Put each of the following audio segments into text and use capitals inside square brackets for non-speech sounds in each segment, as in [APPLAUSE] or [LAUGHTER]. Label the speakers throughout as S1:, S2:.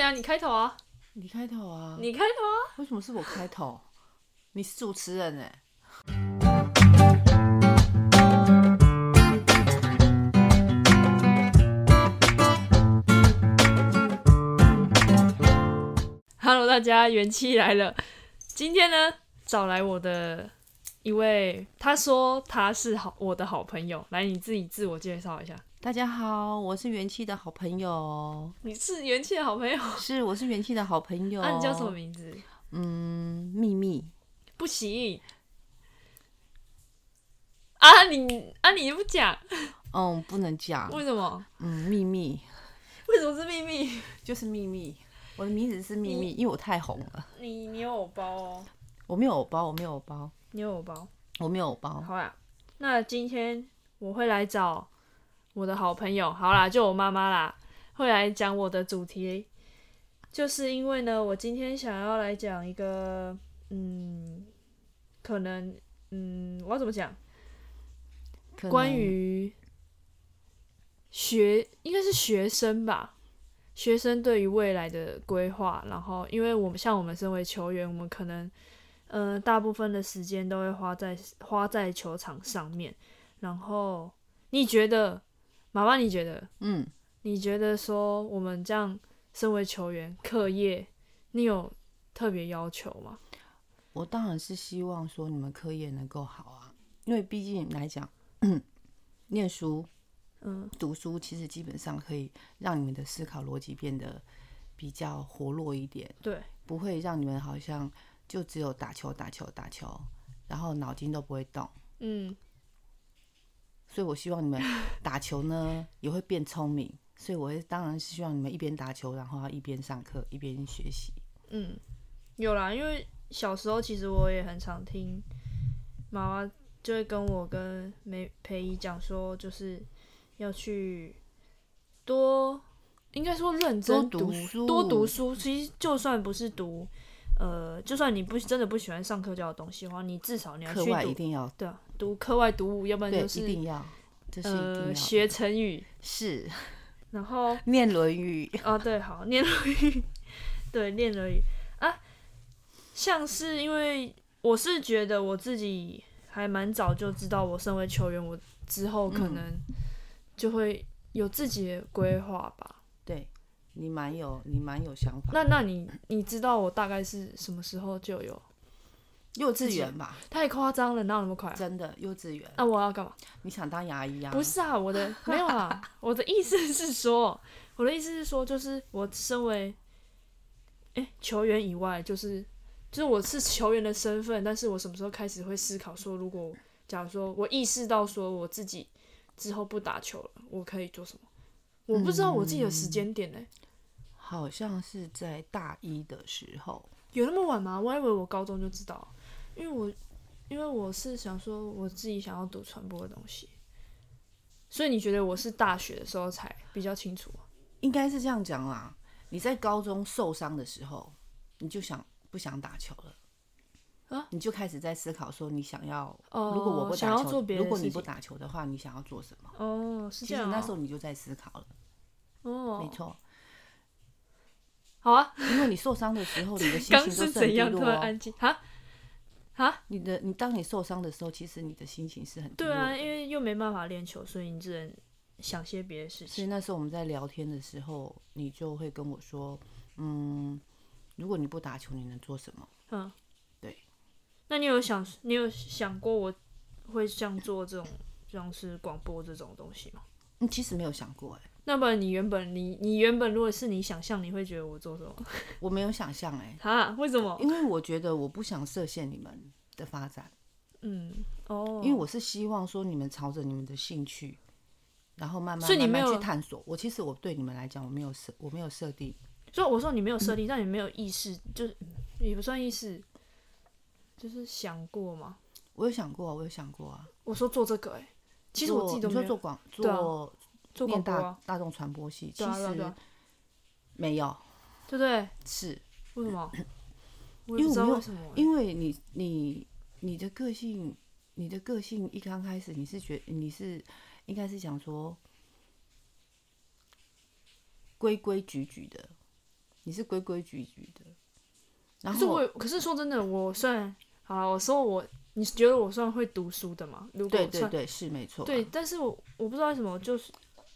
S1: 啊，你开头啊，
S2: 你开头啊？
S1: 你开头啊。
S2: 为什么是我开头？你是主持人哎、
S1: Hello，大家元气来了。今天呢，找来我的一位，他说他是好我的好朋友。来，你自己自我介绍一下。
S2: 大家好，我是元气的好朋友，哦
S1: 你是元气的好朋友，
S2: 是我是元气的好朋友。哦
S1: 那、啊你叫什么？名字？
S2: 嗯，秘密。
S1: 不行啊，你啊，你不讲，
S2: 嗯，不能讲。
S1: 为什么？
S2: 嗯，秘密
S1: 为什么是秘密？
S2: 就是秘密。我的名字是秘密，
S1: 嗯
S2: 因为我太红了。
S1: 你你有偶包哦，
S2: 我没有偶包，我没有偶包，
S1: 你有偶包。
S2: 我没有偶包。
S1: 好啦，那今天我会来找我的好朋友，好啦，就我妈妈啦，会来讲我的主题，就是因为呢，我今天想要来讲一个，嗯，可能，嗯，我要怎么讲？
S2: 可能
S1: 关于学应该是学生吧，学生对于未来的规划。然后，因为我们像我们身为球员，我们可能呃大部分的时间都会花在花在球场上面。然后，你觉得妈妈？你觉得
S2: 嗯，
S1: 你觉得说我们这样身为球员，课业你有特别要求吗？
S2: 我当然是希望说你们科研能够好啊，因为毕竟来讲， [CLEARS THROAT] 念书
S1: 嗯，
S2: 读书其实基本上可以让你们的思考逻辑变得比较活络一点，
S1: 对，
S2: 不会让你们好像就只有打球、打球、打球，然后脑筋都不会动。
S1: 嗯，
S2: 所以我希望
S1: [LAUGHS]
S2: 你们打球呢也会变聪明，所以我会当然是希望你们一边打球，然后要一边上课，一边学习。
S1: 嗯，有啦，因为小时候其实我也很常听妈妈就会跟我跟梅培姨讲说，就是要去多，应该说认真读
S2: 多读书
S1: 多读书。其实就算不是读，呃，就算你不真的不喜欢上课教的东西的话，你至少你要
S2: 课
S1: 去
S2: 外一
S1: 读，
S2: 定要，
S1: 对啊，读课外读物，要不然
S2: 对，
S1: 就
S2: 一
S1: 是
S2: 定要，这是一定要
S1: 呃
S2: 的。
S1: 学成语，
S2: 是
S1: 然后
S2: 念《论语》，
S1: 啊，对，好，念耳语，对，念耳语啊，像是因为我是觉得我自己还蛮早就知道，我身为球员，我之后可
S2: 嗯
S1: 能就会有自己的规划吧。
S2: 对你蛮有，你蛮有想法。
S1: 那那你你知道我大概是什么时候就有？
S2: 幼
S1: 自
S2: 稚
S1: 己
S2: 园吧，
S1: 太夸张了，哪有那么快、啊？啊
S2: 真的幼稚园，
S1: 那我要干嘛？
S2: 你想当牙医啊？
S1: 不是啊，我的没有啦，我的意思是说，我的意思是说，就是我身为，哎、球员以外，就是就是我是球员的身份，但是我什么时候开始会思考说，如果假如说我意识到说我自己之后不打球了，我可以做什么？我不知道我自己的时间点呢、
S2: 好像是在大一的时候，
S1: 有那么晚吗？我还以为我高中就知道，因为我因为我是想说我自己想要读传播的东西，所以你觉得我是大学的时候才比较清楚？
S2: 应该是这样讲啦。你在高中受伤的时候，你就想不想打球了？
S1: 啊，
S2: 你就开始在思考说，你想要、
S1: 哦
S2: 如果我不
S1: 想
S2: 打
S1: 要
S2: 球，
S1: 做别的
S2: 如果
S1: 事
S2: 你不
S1: 情
S2: 打球的话，你想要做什么？
S1: 哦，是
S2: 其
S1: 这
S2: 实
S1: 样、哦。
S2: 那时候你就在思考了，没
S1: 哦，
S2: 错，
S1: 好啊，
S2: 因为你受伤的时候，你的
S1: [LAUGHS]
S2: 心
S1: 刚
S2: 情都
S1: 是
S2: 是很
S1: 怎
S2: 低
S1: 样突
S2: 落
S1: 然
S2: 哦。
S1: 安静啊？
S2: 你的你当你受伤的时候，其实你的心情是很低
S1: 对
S2: 落
S1: 啊，
S2: 的
S1: 因为又没办法练球，所以你只能想些别的事
S2: 所以
S1: 情。
S2: 那时候我们在聊天的时候，你就会跟我说，嗯，如果你不打球，你能做什么？
S1: 嗯，
S2: 对。
S1: 那你有想你有想过我会像做这种像是广播这种东西吗？
S2: 你嗯其实没有想过、欸，
S1: 那不然你原本你你原本如果是你想象，你会觉得我做什么？ [LAUGHS]
S2: 我没有想象，哎，
S1: 啊？为什么？
S2: 因为我觉得我不想设限你们的发展，
S1: 嗯，哦，
S2: 因为我是希望说你们朝着你们的兴趣，然后慢慢
S1: 所以你
S2: 慢
S1: 没有
S2: 慢去探索。我其实我对你们来讲，我没有设，我没有设定，
S1: 所以我说你没有设
S2: 嗯
S1: 定，但你没有意识，就是也不算意识，就是想过嘛。
S2: 我有想过、啊，我有想过啊。
S1: 我说做这个、欸，哎，其实我
S2: 做
S1: 自己都
S2: 你
S1: 没
S2: 说
S1: 有
S2: 做广
S1: 对啊
S2: 做
S1: 做广
S2: 念
S1: 播
S2: 大、
S1: 啊，
S2: 大众传播系，其
S1: 对啊对啊对
S2: 实
S1: 啊，
S2: 没有，
S1: 对不对？
S2: 是
S1: 为什么？我也
S2: 因为
S1: 不知道
S2: 我没有
S1: 为什么欸、
S2: 因为你你你的个性，你的个性一刚开始你是觉你是应该是想说规规矩矩的，你是规规矩矩的。然
S1: 欸可是
S2: 后
S1: 我，可是说真的，我算好了，我说我，你觉得我算会读书的吗？如果
S2: 对
S1: 算
S2: 对对，是没错啊。
S1: 对但是我我不知道为什么，就是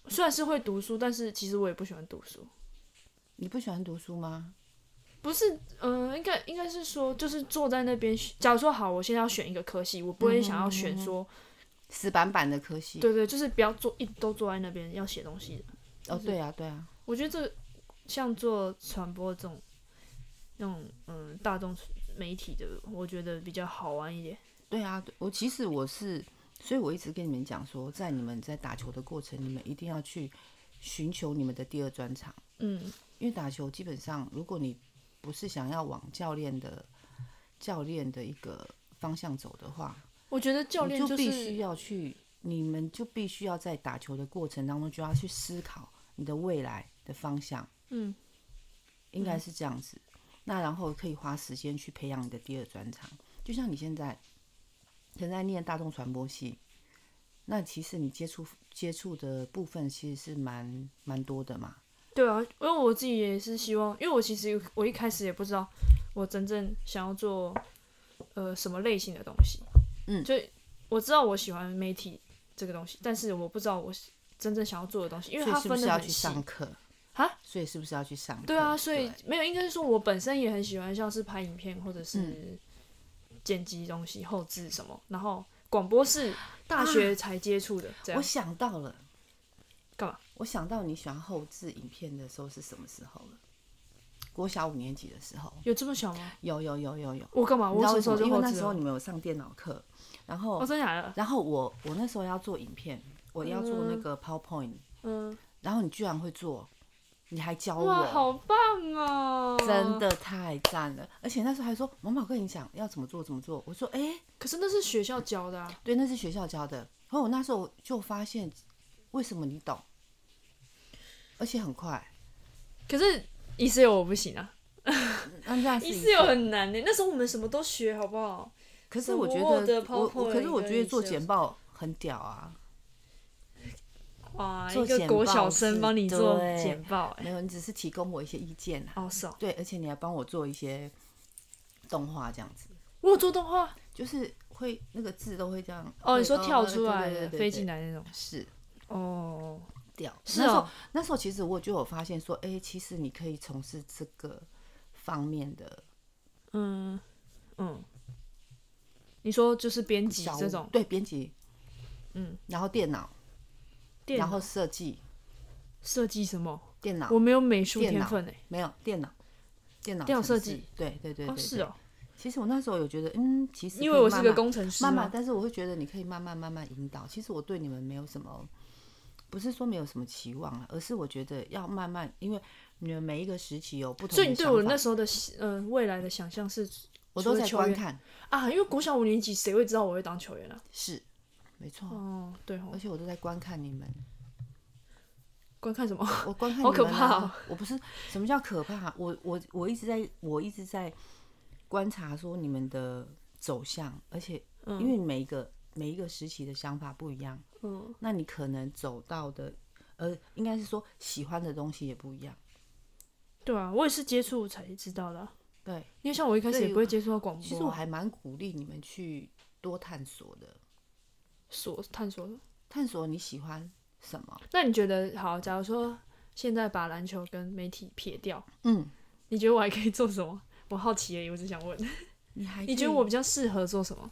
S1: 虽然是会读书，但是其实我也不喜欢读书。
S2: 你不喜欢读书吗？
S1: 不是，呃，应该应该是说，就是坐在那边。假如说好，我现在要选一个科系，我不会
S2: 嗯
S1: 想要选说，
S2: 死板板的科系。
S1: 对对，就是不要坐一都坐在那边要写东西的。
S2: 哦，对啊，对啊。
S1: 我觉得这像做传播这种那种嗯大众媒体的，我觉得比较好玩一点。
S2: 对啊，对我其实我是，所以我一直跟你们讲说，在你们在打球的过程，你们一定要去寻求你们的第二专长，
S1: 嗯，
S2: 因为打球基本上，如果你不是想要往教练的教练的一个方向走的话，
S1: 我觉得教练
S2: 你
S1: 就
S2: 就是必须要去，你们就必须要在打球的过程当中就要去思考你的未来的方向，
S1: 嗯，
S2: 应该是这样子。那然后可以花时间去培养你的第二专长，就像你现在现在念大众传播系，那其实你接触接触的部分其实是蛮蛮多的嘛。
S1: 对啊，因为我自己也是希望，因为我其实我一开始也不知道我真正想要做呃什么类型的东西，
S2: 嗯
S1: 就我知道我喜欢媒体这个东西，但是我不知道我真正想要做的东西，因为
S2: 所
S1: 它
S2: 以是不
S1: 分
S2: 是
S1: 的
S2: 要
S1: 很
S2: 去
S1: 细。
S2: 上课
S1: 啊？
S2: 所以是不是要去上课？
S1: 对啊，所以没有，应该是说我本身也很喜欢像是拍影片或者
S2: 嗯
S1: 是剪辑东西、后置什么，然后广播是大学才接触的，这
S2: 对
S1: 样
S2: 我想到了，
S1: 啊干嘛？
S2: 我想到你喜欢后置影片的时候是什么时候了？国小五年级的时候，
S1: 有这么小吗？
S2: 有有有有有。
S1: 我干嘛？
S2: 你
S1: 我
S2: 知道
S1: 什么时候就
S2: 为什么？因为
S1: 后
S2: 那
S1: 置
S2: 时候
S1: 了？
S2: 你们有上电脑课，然后
S1: 哦，真的假的？
S2: 然后我我那时候要做影片，我要做那个 PowerPoint，、
S1: 嗯，
S2: 然后你居然会做，你还教
S1: 哇，
S2: 哦我，
S1: 好棒哦！
S2: 真的太赞了！而且那时候还说妈妈，我跟你讲要怎么做怎么做。我说哎、
S1: 可是那是学校教的啊，
S2: 对，那是学校教的。然后我那时候就发现，为什么你懂，而且很快。
S1: 可是
S2: ，E
S1: 一室友我不行啊，
S2: 那这样试
S1: 一
S2: 一
S1: 室友
S2: 次，
S1: E 很难欸呢、那时候我们什么都学，好不好？
S2: 可是我觉
S1: 我的
S2: 得我我
S1: PowerPoint
S2: 可是我
S1: 跟
S2: 觉得做
S1: 你是有
S2: 简报很屌啊。
S1: 哇，
S2: 做
S1: 一个
S2: 简
S1: 国
S2: 报
S1: 小生
S2: 是
S1: 帮你做
S2: 对
S1: 简报、欸，
S2: 没有，你只是提供我一些意见啊。
S1: 哦，是哦，
S2: 对，而且你还帮我做一些动画这样子。
S1: 我有做动画
S2: 就是会那个字都会这样。
S1: 哦，
S2: 会
S1: 你说跳出来
S2: 对对
S1: 的
S2: 对对
S1: 飞进
S2: 对
S1: 来那种，
S2: 是
S1: 哦，
S2: 掉。
S1: 是
S2: 那时候
S1: 哦，
S2: 那时候其实我就有发现说，哎、其实你可以从事这个方面的
S1: 嗯嗯，你说就是编辑
S2: 小
S1: 嗯这种，
S2: 对编辑，
S1: 嗯，
S2: 然后电脑，
S1: 电
S2: 然后
S1: 脑
S2: 设计，
S1: 设计什么？
S2: 电脑
S1: 我没有美术
S2: 电
S1: 天
S2: 脑
S1: 分欸诶、
S2: 没有电脑。电脑
S1: 电脑
S2: 程
S1: 设
S2: 式
S1: 计，
S2: 对对对对
S1: 哦，是。哦，
S2: 对其实我那时候有觉得，嗯，其实
S1: 因
S2: 可
S1: 为
S2: 以
S1: 我是
S2: 慢
S1: 个啊
S2: 慢
S1: 工程师
S2: 慢
S1: 嘛
S2: 慢，，但是我会觉得你可以慢慢慢慢引导。其实我对你们没有什么，不是说没有什么期望啊，而是我觉得要慢慢，因为你们每一个时期有不同
S1: 所以
S2: 的
S1: 你
S2: 想
S1: 对
S2: 法，
S1: 我那时候的嗯、未来的想象是
S2: 我都
S1: 除了
S2: 在
S1: 球
S2: 观
S1: 员
S2: 看，
S1: 啊，因为国小五年级谁会知道我会当球员啊？
S2: 是没错，
S1: 哦，对哦
S2: 而，且我都在观看你们，
S1: 观看什么？
S2: 我观看你
S1: 好
S2: 们、啊，
S1: 可怕哦
S2: 我不是什么叫可怕，我我我一直在我一直在观察说你们的走向，而且因为每一个、每一个时期的想法不一样，
S1: 嗯，
S2: 那你可能走到的，呃，应该是说喜欢的东西也不一样。
S1: 对啊，我也是接触才知道的啊、
S2: 对，
S1: 因为像我一开始也
S2: 对
S1: 不会接触到广播啊，
S2: 其实我还蛮鼓励你们去多探索的，
S1: 所探索的。
S2: 探索你喜欢什么。
S1: 那你觉得，好，假如说现在把篮球跟媒体撇掉，
S2: 嗯，
S1: 你觉得我还可以做什么？我好奇耶，我只想问，
S2: 你还
S1: 你
S2: 可
S1: 觉得
S2: 以
S1: 我比较适合做什么？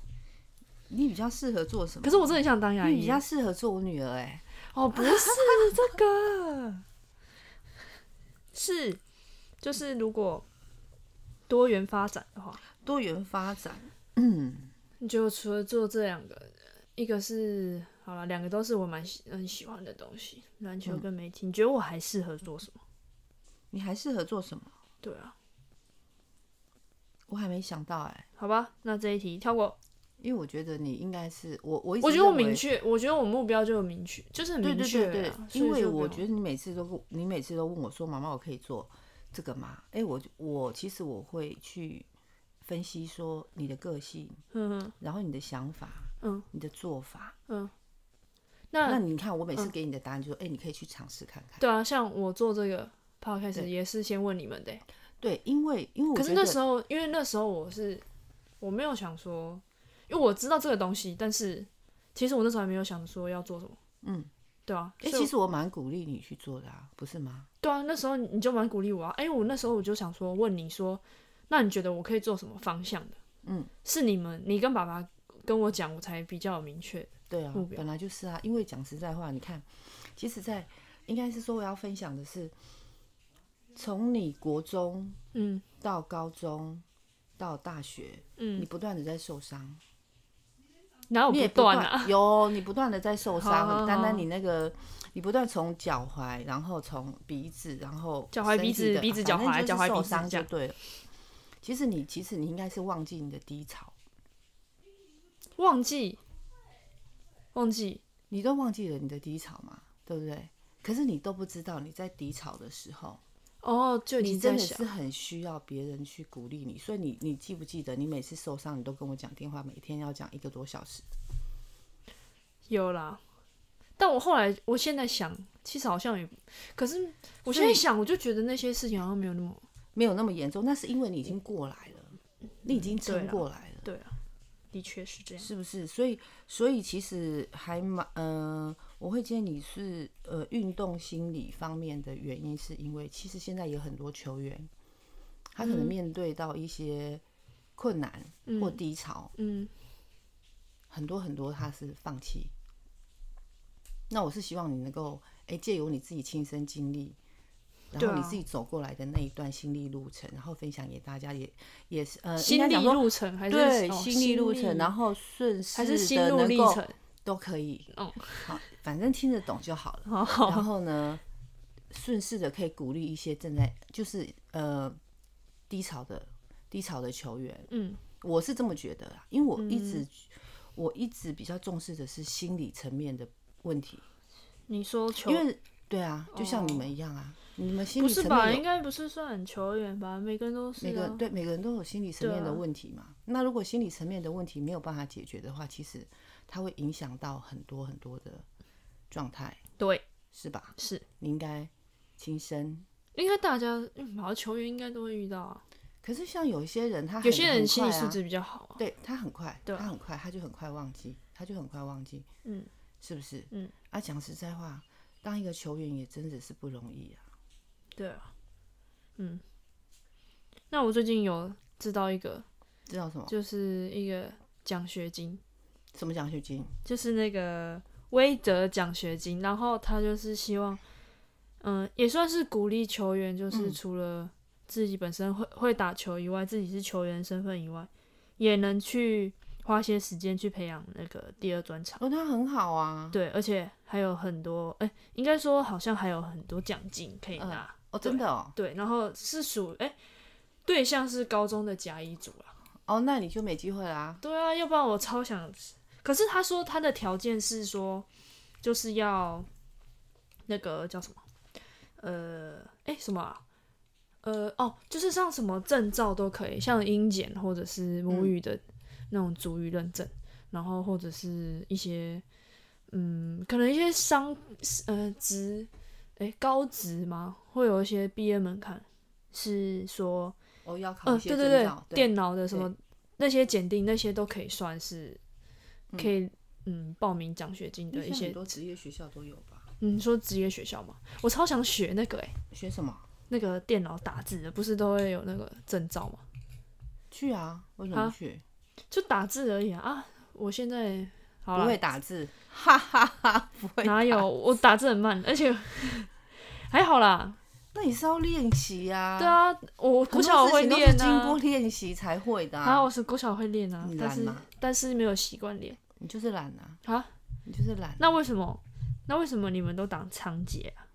S2: 你比较适合做什么？
S1: 可是我真的很想当牙
S2: 你比
S1: 医
S2: 较。适合做我女儿哎、
S1: 哦，不是这个， [LAUGHS] 是就是如果多元发展的话，
S2: 多元发展。
S1: 你觉得我除了做这两个，一个是好了，两个都是我蛮喜很喜欢的东西，篮
S2: 嗯
S1: 球跟媒体。你觉得我还适合做什么？
S2: 你还适合做什么？
S1: 对啊，
S2: 我还没想到哎、
S1: 好吧，那这一题跳过。
S2: 因为我觉得你应该是我，我一直
S1: 我觉得我
S2: 认为
S1: 明确，我觉得我目标就有明确，就是很
S2: 欸对
S1: 明
S2: 对
S1: 确、啊。
S2: 对
S1: 所
S2: 对，
S1: 以
S2: 因为
S1: 就不
S2: 我
S1: 用
S2: 觉得你每次都跟我你每次都问我说：“妈妈，我可以做这个吗？”哎、我就我其实我会去分析说你的个性，
S1: 嗯嗯
S2: 然后你的想法，
S1: 嗯，
S2: 你的做法。
S1: 嗯，
S2: 那
S1: 那嗯
S2: 你看，我每次给你的答案就说：“哎、你可以去尝试看看。
S1: 对啊，像我做这个 podcast 也是先问你们的欸、
S2: 对，因为因为我
S1: 可
S2: 觉
S1: 是
S2: 得
S1: 那时候，因为那时候我是我没有想说，因为我知道这个东西，但是其实我那时候还没有想说要做什么。
S2: 嗯，
S1: 对啊，
S2: 哎、
S1: 所以
S2: 其实我蛮鼓励你去做的啊，不是吗？
S1: 对啊，那时候你你就蛮鼓励我啊。哎、我那时候我就想说问你说，那你觉得我可以做什么方向的？
S2: 嗯，
S1: 是你们你跟爸爸跟我讲，我才比较有明确。
S2: 对啊
S1: 目，标
S2: 本来就是啊，因为讲实在话，你看，其实在，应该是说我要分享的是，从你国中
S1: 嗯
S2: 到高中到大学，你
S1: 嗯，
S2: 不断的在受伤，
S1: 哪有
S2: 你也不
S1: 断啊？哦
S2: 断有你不断的在受
S1: 好好
S2: 伤，
S1: 好
S2: 单单你那个，你不断从脚踝，然后从鼻子，然后
S1: 脚踝
S2: 身体
S1: 鼻子
S2: 的啊
S1: 鼻子
S2: 反
S1: 脚踝
S2: 正就是
S1: 脚踝
S2: 受
S1: 鼻子
S2: 伤
S1: 这
S2: 就
S1: 样
S2: 对了。其实你其实你应该是忘记你的低潮，
S1: 忘记忘记，
S2: 你都忘记了你的低潮嘛，对不对？可是你都不知道你在低潮的时候，
S1: 哦，就已
S2: 你
S1: 经
S2: 真
S1: 在
S2: 的
S1: 想
S2: 是很需要别人去鼓励你，所以你你记不记得你每次受伤你都跟我讲电话，每天要讲一个多小时。
S1: 有啦。但我后来，我现在想，其实好像也，可是我现
S2: 所
S1: 在
S2: 以
S1: 想，我就觉得那些事情好像没有那么
S2: 没有那么严重，那是因为你已经过来了，你已经
S1: 对
S2: 撑
S1: 啦
S2: 过来了，
S1: 嗯对啊，的确是这样。
S2: 是不是？所以，所以其实还蛮，呃，我会建议你是呃运动心理方面的原因，是因为其实现在有很多球员，他可能
S1: 嗯
S2: 面对到一些困难或
S1: 嗯
S2: 低潮，
S1: 嗯
S2: 很多很多他是放弃。那我是希望你能够，哎，借由你自己亲身经历，然
S1: 对
S2: 后你
S1: 啊
S2: 自己走过来的那一段心历路程，然后分享给大家也，也是呃，应
S1: 心
S2: 该
S1: 历
S2: 讲说
S1: 路程还是
S2: 对
S1: 哦
S2: 心历路程，
S1: 历
S2: 然后顺势
S1: 还是心
S2: 的
S1: 路
S2: 能
S1: 历
S2: 够
S1: 程。
S2: 都可以，
S1: 嗯，
S2: 好，反正听得懂就哦好了。
S1: 好，
S2: 然后呢，顺势的可以鼓励一些正在就是呃低潮的低潮的球员，
S1: 嗯
S2: 我是这么觉得啦，因为我一直、我一直比较重视的是心理层面的问题，
S1: 你说球
S2: 因为对啊，就像你们一样啊，你们心
S1: 哦不
S2: 理层
S1: 是吧？
S2: 面有
S1: 应该不是算球员吧？每个人都是
S2: 每个人
S1: 啊。
S2: 对每个人都有心理层面的
S1: 对啊
S2: 问题嘛。那如果心理层面的问题没有办法解决的话，其实它会影响到很多很多的状态，
S1: 对，
S2: 是吧？
S1: 是
S2: 你应该亲身。
S1: 应该大家嗯，好像球员应该都会遇到啊。
S2: 可是像有一些人，他
S1: 有
S2: 很
S1: 些人心理素，
S2: 很快
S1: 质比较好啊
S2: 啊。对他很快，
S1: 对啊
S2: 他很快，他就很快忘记，他就很快忘记，
S1: 嗯，
S2: 是不是？
S1: 嗯。
S2: 啊，讲实在话，当一个球员也真的是不容易啊。
S1: 对啊，嗯。那我最近有知道一个，
S2: 知道什么？
S1: 就是一个奖学金，
S2: 什么奖学金？
S1: 就是那个威德奖学金，然后他就是希望，嗯，也算是鼓励球员，就是
S2: 嗯
S1: 除了自己本身会会打球以外，自己是球员身份以外，也能去花些时间去培养那个第二专场。
S2: 哦，他很好啊。
S1: 对，而且还有很多，哎、应该说好像还有很多奖金可以
S2: 嗯
S1: 拿。
S2: 哦，真的哦。
S1: 对，然后是属哎、对象是高中的甲乙组啊。
S2: 哦，那你就没机会啦。
S1: 对啊，要不然我超想。可是他说他的条件是说，就是要那个叫什么？呃，哎、什么、啊？呃，哦，就是像什么证照都可以，像英检或者是母语的那种主语认证，然后或者是一些嗯，可能一些商呃职，哎、高职吗？会有一些毕业门槛，是说
S2: 哦，要考
S1: 嗯，
S2: 一些
S1: 对
S2: 证
S1: 对
S2: 照，，
S1: 电脑的什
S2: 对
S1: 么那些检定，那些都可以算是可以嗯报名奖学金
S2: 因
S1: 的
S2: 为
S1: 一
S2: 现在
S1: 些嗯
S2: 很。多职业学校都有吧？
S1: 你说职业学校嘛，我超想学那个诶、欸
S2: 学什么？
S1: 那个电脑打字的，不是都会有那个证照嘛？
S2: 去啊？为什么
S1: 啊
S2: 不去？
S1: 就打字而已啊！啊我现在好
S2: 不
S1: 了
S2: 会，
S1: [LAUGHS]
S2: 打字，哈哈哈，不会。
S1: 哪有我打字很慢，而且还好啦。
S2: [LAUGHS] 那也是要练习啊。
S1: 对，啊，我
S2: 很
S1: 国小
S2: 多
S1: 我
S2: 事
S1: 会
S2: 情都是
S1: 练
S2: 经过
S1: 啊，
S2: 练习才会的、
S1: 啊，
S2: 啊。
S1: 我是国小会练啊
S2: 你，
S1: 但
S2: 懒
S1: 是
S2: 吗
S1: 但是没有习惯练
S2: 你就是懒啊，
S1: 啊。
S2: 你就是懒。
S1: 那为什么？那为什么你们都打仓颉啊？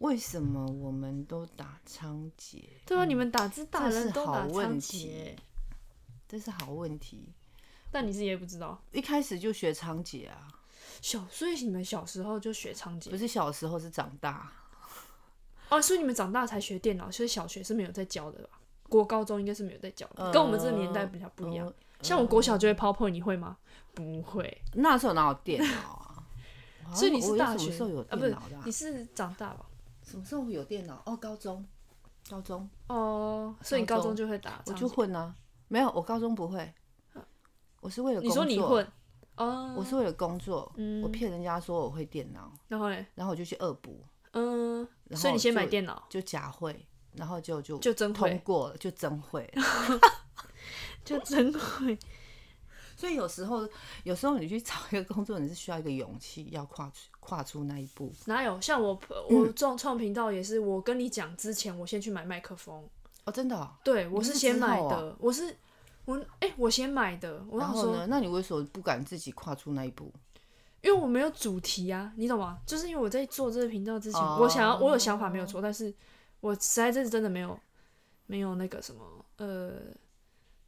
S2: 为什么我们都打仓颉？
S1: 对啊，你们打字打
S2: 这
S1: 人
S2: 嗯是
S1: 都
S2: 好
S1: 打仓
S2: 问
S1: 颉
S2: 题，，这是好问题。
S1: 但你自己也不知道。
S2: 一开始就学仓颉啊，
S1: 小，所以你们小时候就学仓
S2: 不
S1: 颉
S2: 是小时候，是长大。
S1: 哦，所以你们长大才学电脑，所以小学是没有在教的吧？国高中应该是没有在教的，
S2: 呃
S1: 跟我们这个年代比较不一样。
S2: 嗯
S1: 像我国小就会 PowerPoint，你会吗？不会，
S2: 那时候哪有电脑啊？
S1: 所以你是
S2: 我好像
S1: 大
S2: 我
S1: 学
S2: 什么时候有
S1: 啊？不
S2: 电
S1: 是
S2: 脑的、啊，
S1: 你是长大吧？
S2: 什么时候会有电脑？哦，高中，高中
S1: 哦，所以你高中就会打，
S2: 我
S1: 这样
S2: 就
S1: 子
S2: 混啊，没有，我高中不会，我是为了
S1: 你
S2: 工
S1: 说
S2: 作，
S1: 你混哦，
S2: 我是为了工作，
S1: 嗯
S2: 我骗人家说我会电脑，
S1: 然后嘞，
S2: 然后我就去恶补，
S1: 嗯，
S2: 然后
S1: 所以你先
S2: 就
S1: 买电脑
S2: 就假会，然后就就
S1: 就真
S2: 通
S1: 会，
S2: 过了，就真会。
S1: 就真会，
S2: 所以有时候，有时候你去找一个工作，你是需要一个勇气，要跨出跨出那一步。
S1: 哪有像我
S2: 嗯
S1: 我创创频道也是，我跟你讲之前，我先去买麦克风，
S2: 哦，真的、哦。
S1: 对我
S2: 你
S1: 是
S2: 是
S1: 先
S2: 之后
S1: 买
S2: 啊
S1: 的，我是我哎，我先买的，我
S2: 然
S1: 想
S2: 后
S1: 说
S2: 呢？那你为什么不敢自己跨出那一步？
S1: 因为我没有主题啊，你懂吗？就是因为我在做这个频道之前，
S2: 哦
S1: 我想要我有想法没有错，但是我实在是真的没有没有那个什么呃，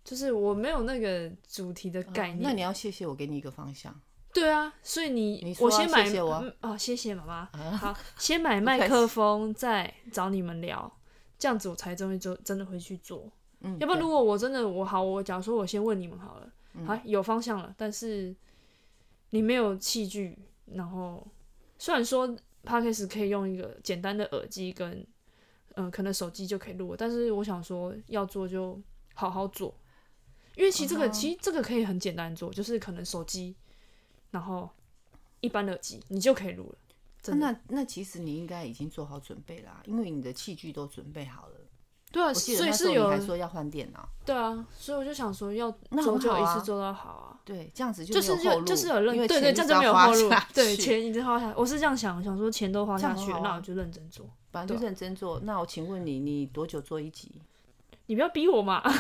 S1: 就是我没有那个主题的概念。
S2: 哦那你要谢谢我给你一个方向。
S1: 对啊，所以你
S2: 你说
S1: 我
S2: 啊
S1: 先买
S2: 谢谢我啊啊
S1: 嗯哦，谢谢妈妈。好，先
S2: [LAUGHS]
S1: 买麦克风，再找你们聊，这样子我才真会做，真的会去做。
S2: 嗯，
S1: 要不然
S2: 对嗯
S1: 如果我真的我好，我假如说我先问你们好了，好、有方向了，但是你没有器具，然后虽然说 p o d c a s 可以用一个简单的耳机跟嗯、呃可能手机就可以录了，但是我想说要做就好好做，因为其实这个、
S2: 嗯哼
S1: 其实这个可以很简单做，就是可能手机，然后一般的耳机你就可以录了，真的
S2: 那那其实你应该已经做好准备啦，因为你的器具都准备好了。
S1: 对啊，
S2: 我记得
S1: 所以
S2: 那时
S1: 是
S2: 候你
S1: 有
S2: 还说要换电脑，
S1: 对啊，所以我就想说要
S2: 那
S1: 周
S2: 很
S1: 就
S2: 好
S1: 一
S2: 啊
S1: 次做到好啊。
S2: 对，这样子
S1: 就
S2: 没有
S1: 是
S2: 后
S1: 就
S2: 路，
S1: 就是有认
S2: 因为
S1: 对对，
S2: 钱
S1: 这样
S2: 是
S1: 就
S2: 要
S1: 没有
S2: 花
S1: 后路
S2: 下，
S1: 对，
S2: 去
S1: 钱已经花下，我是这样想，想说钱都花下去
S2: 这样
S1: 了，
S2: 很好啊
S1: 那我就认真做，
S2: 反正就认真做。那我请问你，你多久做一集？
S1: 你不要逼我嘛，
S2: 嗯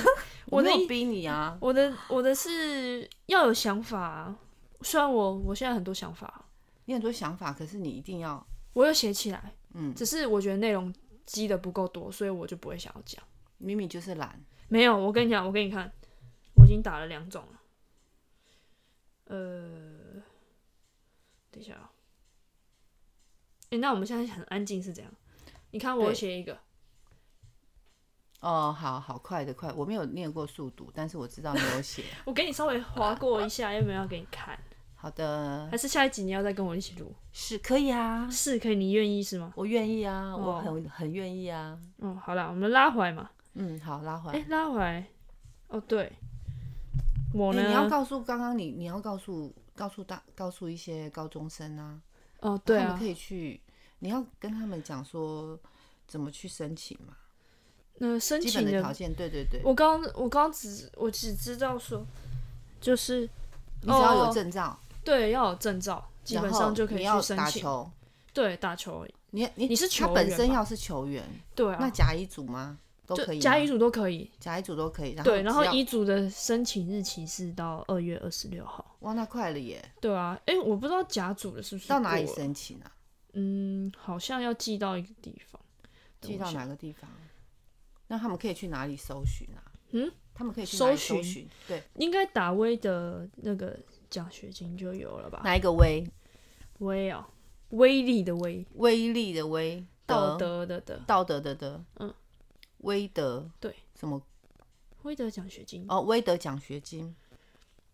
S1: 我
S2: 我没
S1: 的
S2: 有
S1: 意
S2: 逼你啊，
S1: 我的我的是要有想法啊，虽然我我现在很多想法，
S2: 你很多想法，可是你一定要
S1: 我有写起来，
S2: 嗯，
S1: 只是我觉得内容积的不够多，所以我就不会想要讲。
S2: 明明就是懒，
S1: 没有，我跟你讲，我给你看，我已经打了两种了。呃，等一下啊、诶，那我们现在很安静是怎样？你看我
S2: 对
S1: 写一个，
S2: 哦，好好快的快，我没有念过速读，但是我知道你
S1: [LAUGHS]
S2: 有写。
S1: 我给你稍微划过一下，要不要给你看？
S2: 好的，
S1: 还是下一集你要再跟我一起录？
S2: 是可以啊，
S1: 是，可以，你愿意是吗？
S2: 我愿意啊，
S1: 哦
S2: 我很很愿意啊。
S1: 嗯，好啦，我们拉回来嘛。
S2: 嗯，好，拉回
S1: 哎、
S2: 来。
S1: 拉回来。哦，对，我
S2: 诶
S1: 呢？
S2: 你要告诉刚刚你，你要告诉告诉大告诉一些高中生啊，
S1: 哦，对
S2: 他们
S1: 啊
S2: 可，以去，你要跟他们讲说怎么去申请嘛，
S1: 那申
S2: 基
S1: 请
S2: 本的
S1: 的
S2: 条件，对对对，
S1: 我刚我刚只我只知道说，就是
S2: 你只要
S1: 哦
S2: 有证照，
S1: 对要有证照，基
S2: 然
S1: 本
S2: 后
S1: 上就可以
S2: 你
S1: 去
S2: 要
S1: 申
S2: 打
S1: 请。
S2: 球，
S1: 对，打球而已。
S2: 你你
S1: 你是球
S2: 他本
S1: 员
S2: 身
S1: 吧
S2: 要是球员，
S1: 对啊，
S2: 那甲乙组吗？都可
S1: 就
S2: 以吗，
S1: 甲乙组都可以。
S2: 甲乙组都可以，然后
S1: 对，然后
S2: 只要
S1: 乙组的申请日期是到二月二十六号。
S2: 哇，那快了耶，
S1: 对啊，哎、我不知道甲组的是不是
S2: 到哪里
S1: 过了
S2: 申请啊？
S1: 嗯，好像要寄到一个地方。等
S2: 寄
S1: 我
S2: 到
S1: 想？
S2: 哪个地方？那他们可以去哪里搜寻啊？
S1: 嗯，
S2: 他们可以去哪
S1: 搜
S2: 里搜
S1: 寻
S2: 寻？对，
S1: 应该打威的那个奖学金就有了吧？
S2: 哪一个威？
S1: 威哦，威力的威，
S2: 威力的威，
S1: 道德的德，
S2: 道德的德，
S1: 嗯，
S2: 威德，
S1: 对，
S2: 什么？
S1: 威德奖学金。
S2: 哦，威德奖学金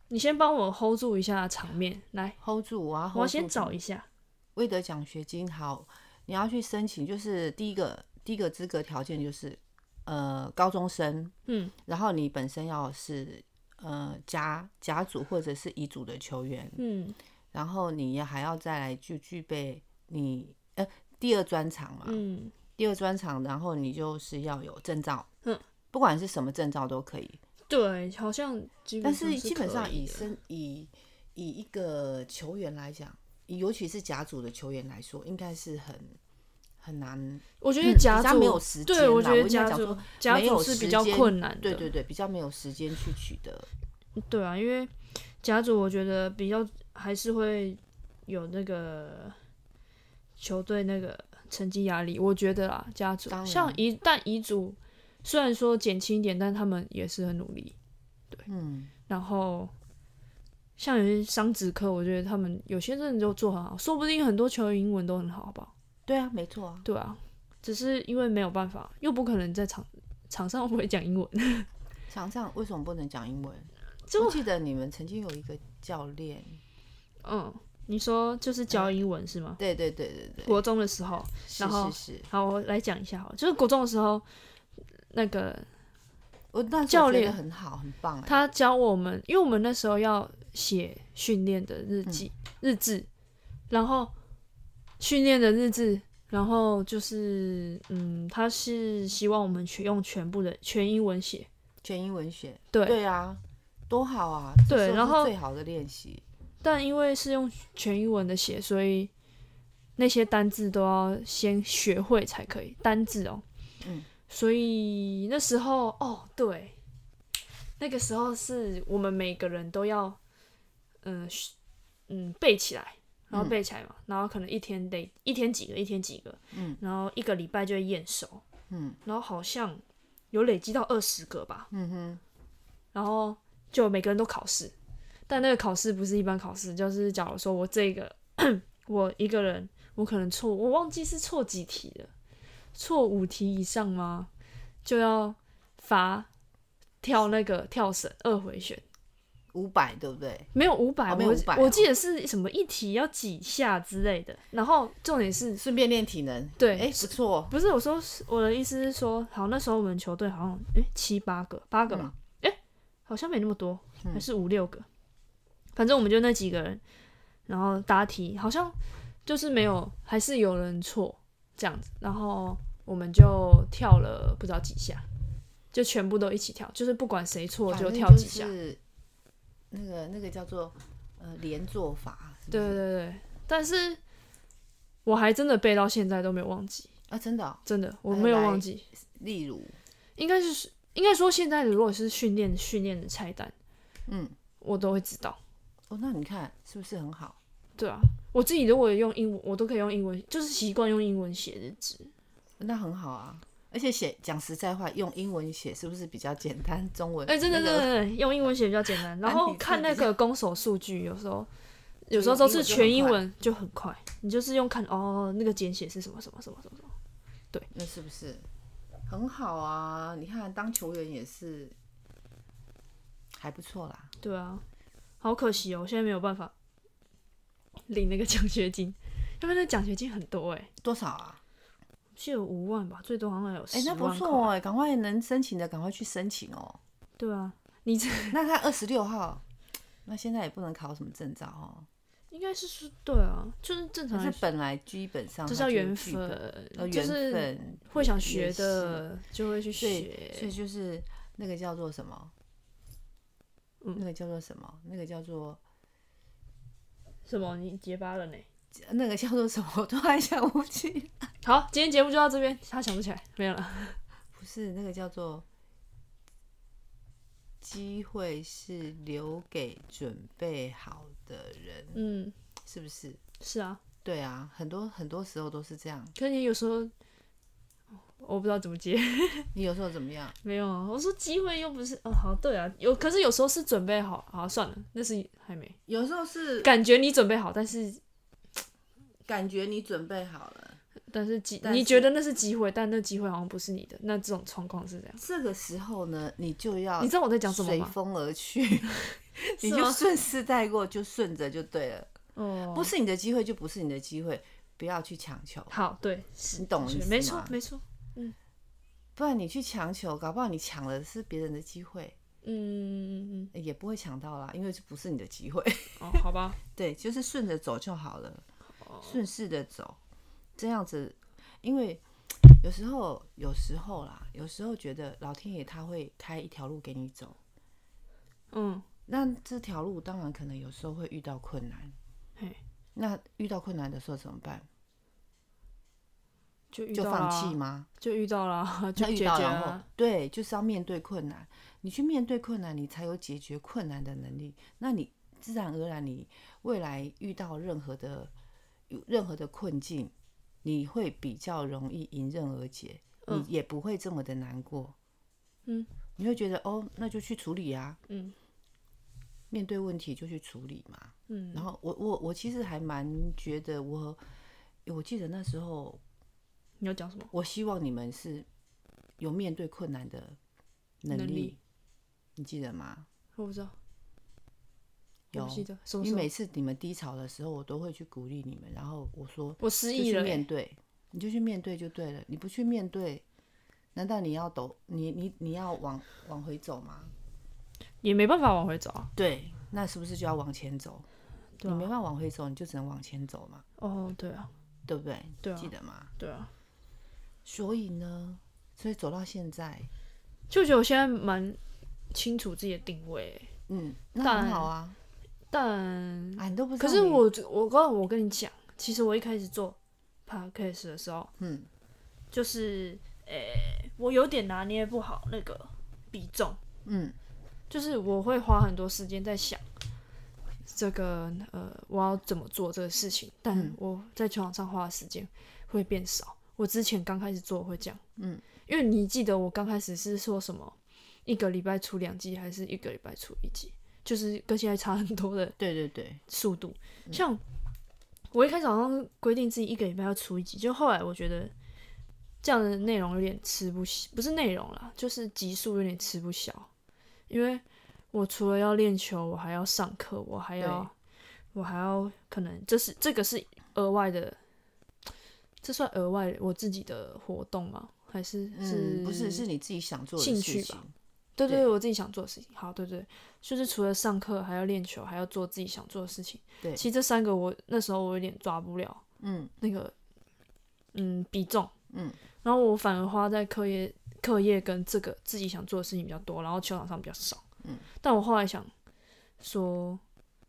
S1: 你先帮我 hold 住一下场面，来，
S2: ，hold 住我要 hold
S1: 我要先
S2: 住
S1: 找一下。
S2: 威德奖学金。好，你要去申请，就是第一个第一个资格条件就是呃高中生，
S1: 嗯，
S2: 然后你本身要是呃甲甲组或者是乙组的球员，
S1: 嗯
S2: 然后你也还要再来就具备你呃第二专长嘛，
S1: 嗯，
S2: 第二专长，然后你就是要有证照，
S1: 嗯，
S2: 不管是什么证照都可以，
S1: 对，好像基
S2: 但
S1: 本上
S2: 是基本
S1: 嗯可
S2: 上以
S1: 的
S2: 身以以一个球员来讲，以尤其是甲组的球员来说，应该是很很难，
S1: 我觉
S2: 嗯
S1: 得
S2: 比
S1: 甲
S2: 较
S1: 组
S2: 没有时间啦。
S1: 对，我觉得
S2: 应该
S1: 甲
S2: 讲
S1: 组
S2: 说，
S1: 甲
S2: 没
S1: 组
S2: 有
S1: 是比
S2: 时
S1: 较
S2: 间
S1: 困难的，
S2: 对对对，比较没有时间去取得。
S1: 对啊，因为甲组我觉得比较还是会有那个球队那个成绩压力，我觉得啦，甲组
S2: 当然
S1: 像乙但乙组虽然说减轻一点，但他们也是很努力。
S2: 嗯，
S1: 然后像有些商职科，我觉得他们有些真的就做很好，说不定很多球员英文都很好，好不好？
S2: 对啊，没错啊。
S1: 对啊，只是因为没有办法，又不可能在场场上 [LAUGHS] 不会讲英文，
S2: 场上为什么不能讲英文？
S1: 就
S2: 我记得你们曾经有一个教练，
S1: 嗯，你说就是教英文是吗？
S2: 对对对对对，
S1: 国中的时候，
S2: 是
S1: 然后
S2: 是是，
S1: 好，我来讲一下好了，就是国中的时候，那个
S2: 我那时
S1: 教
S2: 候觉得
S1: 练
S2: 很好，很棒哎。
S1: 他教我们，因为我们那时候要写训练的日记、日志，然后训练的日志，然后就是嗯，他是希望我们全用全部的全英文写，
S2: 全英文学，
S1: 对，
S2: 对啊，多好啊！这
S1: 对
S2: 时候
S1: 然
S2: 是
S1: 后
S2: 最好的练习，
S1: 但因为是用全英文的写，所以那些单字都要先学会才可以单字哦。
S2: 嗯，
S1: 所以那时候哦，对，那个时候是我们每个人都要，嗯、嘘嗯，背起来，然后
S2: 嗯
S1: 背起来嘛，然后可能一天得一天几个，一天几个，
S2: 嗯，
S1: 然后一个礼拜就会验收，
S2: 嗯
S1: 然后好像有累积到二十个吧，
S2: 嗯哼，
S1: 然后就每个人都考试，但那个考试不是一般考试，就是假如说我这个我一个人，我可能错，我忘记是错几题了，错五题以上吗？就要罚跳那个跳绳二回旋，
S2: 五百对不对？
S1: 没有五百、
S2: 哦没有
S1: 我
S2: 500哦
S1: 我记得是什么一题要几下之类的，然后重点是
S2: 顺便练体能，
S1: 对，
S2: 哎，不错，
S1: 不是我说，是我的意思是说，好，那时候我们球队好像诶七八个，八个吧，
S2: 嗯
S1: 诶，好像没那么多，还是五六个，反正我们就那几个人，然后答题，好像就是没有，还是有人错这样子，然后我们就跳了不知道几下，就全部都一起跳，就是不管谁错
S2: 反
S1: 就
S2: 正
S1: 跳几下，
S2: 就是那个那个叫做呃连坐法，是不
S1: 对
S2: 是
S1: 对对，但是我还真的背到现在都没有忘记，
S2: 啊，真的哦，
S1: 真的我
S2: 来
S1: 没有
S2: 来
S1: 忘记。
S2: 例如
S1: 应该是应该说现在的如果是训练训练的菜单，
S2: 嗯，
S1: 我都会知道。
S2: 哦，那你看是不是很好？
S1: 对啊，我自己如果用英文，我都可以用英文，就是习惯用英文写日志。
S2: 那很好啊，而且写讲实在话，用英文写是不是比较简单？中文
S1: 哎、真的
S2: 那
S1: 真的
S2: 个
S1: 真的用英文写比较简单。然后
S2: 繁体字
S1: 看那
S2: 比较
S1: 个攻守数据，有时候有时候都是全英文就很快，你就是用看哦那个简写是什么什么什么什么。
S2: 那是不是很好啊？你看当球员也是还不错啦。
S1: 对啊，好可惜哦，我现在没有办法领那个奖学金，要不然那奖学金很多哎、
S2: 多少啊？
S1: 记得有五万吧，最多好像有十
S2: 哎、
S1: 万块。
S2: 那不错哎、赶快能申请的赶快去申请哦。
S1: 对啊，你这
S2: 那他二十六号，那现在也不能考什么证照哦，
S1: 应该是说对啊，就是正常
S2: 可
S1: 来说，
S2: 是本来基本上
S1: 这
S2: 它
S1: 叫
S2: 就
S1: 缘
S2: 是剧本，呃
S1: 分，就
S2: 缘
S1: 是
S2: 分，
S1: 会想学
S2: 也
S1: 的就会去
S2: 所以所
S1: 学
S2: 以。就是那个叫做什么？
S1: 嗯
S2: 那个叫做什么？那个叫做
S1: 什么？你结巴了呢？
S2: 那个叫做什么？ [LAUGHS] 我突然想不起来
S1: 好，今天节目就到这边，他想不起来，没有了。
S2: 不是那个叫做机会是留给准备好的人，
S1: 嗯，
S2: 是不是？
S1: 是啊，
S2: 对啊，很多很多时候都是这样。
S1: 可是你有时候我不知道怎么接， [LAUGHS]
S2: 你有时候怎么样？
S1: 没有啊。我说机会又不是，哦，好，对啊，有，可是有时候是准备好，好算了，那是还没
S2: 有时候是
S1: 感觉你准备好，但是
S2: 感觉你准备好了，
S1: 但是机
S2: 但
S1: 你
S2: 是
S1: 觉得那是机会，但那机会好像不是你的，那这种状况是这样。
S2: 这个时候呢，你就要
S1: 你知道我在讲什么
S2: 随
S1: 吗？
S2: 风
S1: [LAUGHS]
S2: 而去，
S1: 是
S2: 你就
S1: 吗
S2: 顺势带过，就顺着就对了。
S1: 哦，
S2: 不是你的机会就不是你的机会，不要去强求，
S1: 好，对，是
S2: 你懂我意思
S1: 没
S2: 吗
S1: 错，没错，
S2: 不然你去强求，搞不好你抢的是别人的机会，
S1: 嗯，
S2: 也不会抢到啦，因为这不是你的机会。 [LAUGHS]
S1: 哦，好吧，
S2: 对，就是顺着走就好了，
S1: 哦
S2: 顺势的走，这样子，因为有时候，有时候啦，有时候觉得老天爷他会开一条路给你走，
S1: 嗯，
S2: 那这条路当然可能有时候会遇到困难
S1: 嘿，
S2: 那遇到困难的时候怎么办？
S1: 就遇
S2: 就
S1: 到
S2: 放
S1: 啦
S2: 弃，吗？
S1: 就遇到了，
S2: [LAUGHS]
S1: 就
S2: 那遇
S1: 解决
S2: 到然后
S1: 啊，
S2: 对，就是要面对困难。你去面对困难，你才有解决困难的能力。那你自然而然，你未来遇到任何的有任何的困境，你会比较容易迎刃而解，
S1: 嗯
S2: 你也不会这么的难过。
S1: 嗯，
S2: 你会觉得哦，那就去处理啊，
S1: 嗯
S2: 面对问题就去处理嘛。
S1: 嗯
S2: 然后我我我其实还蛮觉得我，我记得那时候
S1: 你要讲什么？
S2: 我希望你们是有面对困难的能力，
S1: 能力
S2: 你记得吗？
S1: 我不知道，我
S2: 有
S1: 不记得什么
S2: 因为
S1: 时候
S2: 每次你们低潮的时候，我都会去鼓励你们，然后我说
S1: 我失
S2: 就
S1: 忆
S2: 去
S1: 了、欸
S2: 面对，你就去面对就对了。你不去面对，难道你要抖？你你你要往往回走吗？
S1: 也没办法往回走啊。
S2: 对，那是不是就要往前走？
S1: 对
S2: 你
S1: 啊
S2: 没办法往回走，你就只能往前走嘛，
S1: 哦，对啊，
S2: 对不对？
S1: 对啊
S2: 记得吗？
S1: 对啊，
S2: 所以呢，所以走到现在，
S1: 就觉得我现在蛮清楚自己的定位欸、
S2: 嗯，那
S1: 但
S2: 很好啊。
S1: 但
S2: 啊，你都不知道
S1: 可
S2: 你，
S1: 是我我刚我跟你讲，其实我一开始做 podcast 的时候，
S2: 嗯，
S1: 就是诶、我有点拿捏不好那个比重，
S2: 嗯，
S1: 就是我会花很多时间在想这个呃，我要怎么做这个事情，但
S2: 嗯
S1: 我在球场上花的时间会变少。我之前刚开始做会这样，
S2: 嗯，
S1: 因为你记得我刚开始是说什么一个礼拜出两集，还是一个礼拜出一集，就是跟现在差很多的
S2: 对对对，
S1: 速度。
S2: 嗯
S1: 像我一开始好像规定自己一个礼拜要出一集，就后来我觉得这样的内容有点吃不消，不是内容啦，就是集数有点吃不消，因为我除了要练球，我还要上课，我还要
S2: 对
S1: 我还要可能这是这个是额外的，这算额外我自己的活动吗？还是是、
S2: 嗯，不是，是你自己想做的
S1: 兴
S2: 事
S1: 趣
S2: 情，
S1: 吧对对，
S2: 对
S1: 我自己想做的事情。好，对对，就是除了上课，还要练球，还要做自己想做的事情。
S2: 对
S1: 其实这三个我那时候我有点抓不了
S2: 嗯
S1: 那个，嗯，比重，
S2: 嗯，
S1: 然后我反而花在课业、课业跟这个自己想做的事情比较多，然后球场上比较少。
S2: 嗯，
S1: 但我后来想说，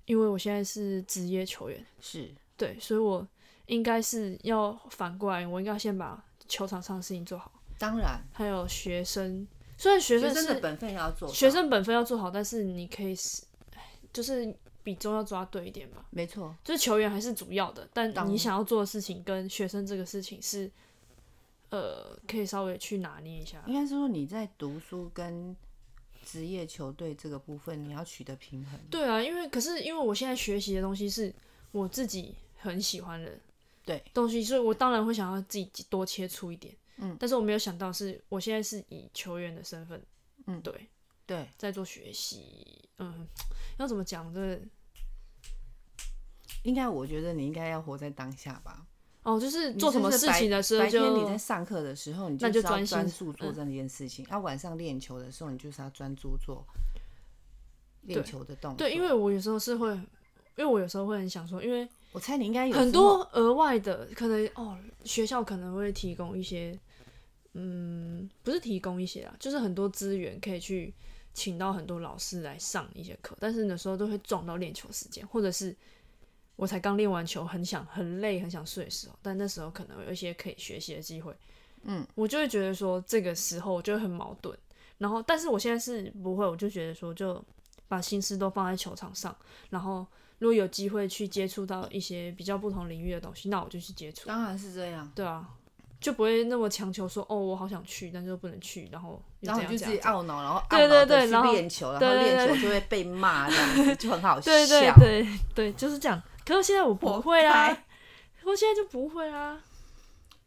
S1: 因为我现在是职业球员，
S2: 是，
S1: 对，所以我应该是要反过来，我应该先把球场上的事情做好，
S2: 当然，
S1: 还有学生。虽然学
S2: 学
S1: 生
S2: 生
S1: 是
S2: 的本分也要做到，
S1: 学生本分要做好，但是你可以是，哎就是比重要抓对一点吧。
S2: 没错，
S1: 就是球员还是主要的，但
S2: 当
S1: 你
S2: 然
S1: 想要做的事情跟学生这个事情是，呃，可以稍微去拿捏一下。
S2: 应该是说你在读书跟职业球队这个部分，你要取得平衡。
S1: 对啊，因为可是因为我现在学习的东西是我自己很喜欢的
S2: 对
S1: 东西，所以我当然会想要自己多切出一点。
S2: 嗯，
S1: 但是我没有想到是我现在是以球员的身份，
S2: 嗯
S1: 对，
S2: 对，
S1: 在做学习，嗯，要怎么讲这？
S2: 应该我觉得你应该要活在当下吧。
S1: 哦，就是
S2: 你
S1: 做什么
S2: 就是
S1: 事
S2: 白
S1: 情的时候
S2: 白
S1: 就
S2: 天你在上课的时候，你
S1: 那
S2: 是
S1: 就
S2: 要
S1: 专心嗯
S2: 专注做这件事情；，啊，晚上练球的时候，你就是要专注做练球的动作。
S1: 对，因为我有时候是会，因为我有时候会很想说，因为
S2: 我猜你应该有
S1: 很
S2: 时候
S1: 多额外的，可能哦，学校可能会提供一些，嗯，不是提供一些啊，就是很多资源可以去请到很多老师来上一些课，但是有时候都会撞到练球时间，或者是我才刚练完球，很想很累，很想睡的时候，但那时候可能有一些可以学习的机会，
S2: 嗯，
S1: 我就会觉得说这个时候我就会很矛盾，然后但是我现在是不会，我就觉得说就把心思都放在球场上，然后如果有机会去接触到一些比较不同领域的东西，那我就去接触，
S2: 当然是这样，
S1: 对啊，就不会那么强求说哦我好想去，但是又不能去，然后又这
S2: 然后
S1: 样
S2: 你
S1: 这
S2: 就自
S1: 样
S2: 己
S1: 这样
S2: 懊恼，然后
S1: 对
S2: 懊恼
S1: 对
S2: 的
S1: 对
S2: 去
S1: 然后
S2: 练球，然
S1: 对
S2: 后
S1: 对
S2: 练
S1: 对
S2: 球就会
S1: [LAUGHS]
S2: 被骂，这样子就很好笑。
S1: 对对对对，就是这样。可是现在我不会
S2: 活
S1: 啦
S2: 该，
S1: 我现在就不会啊啦。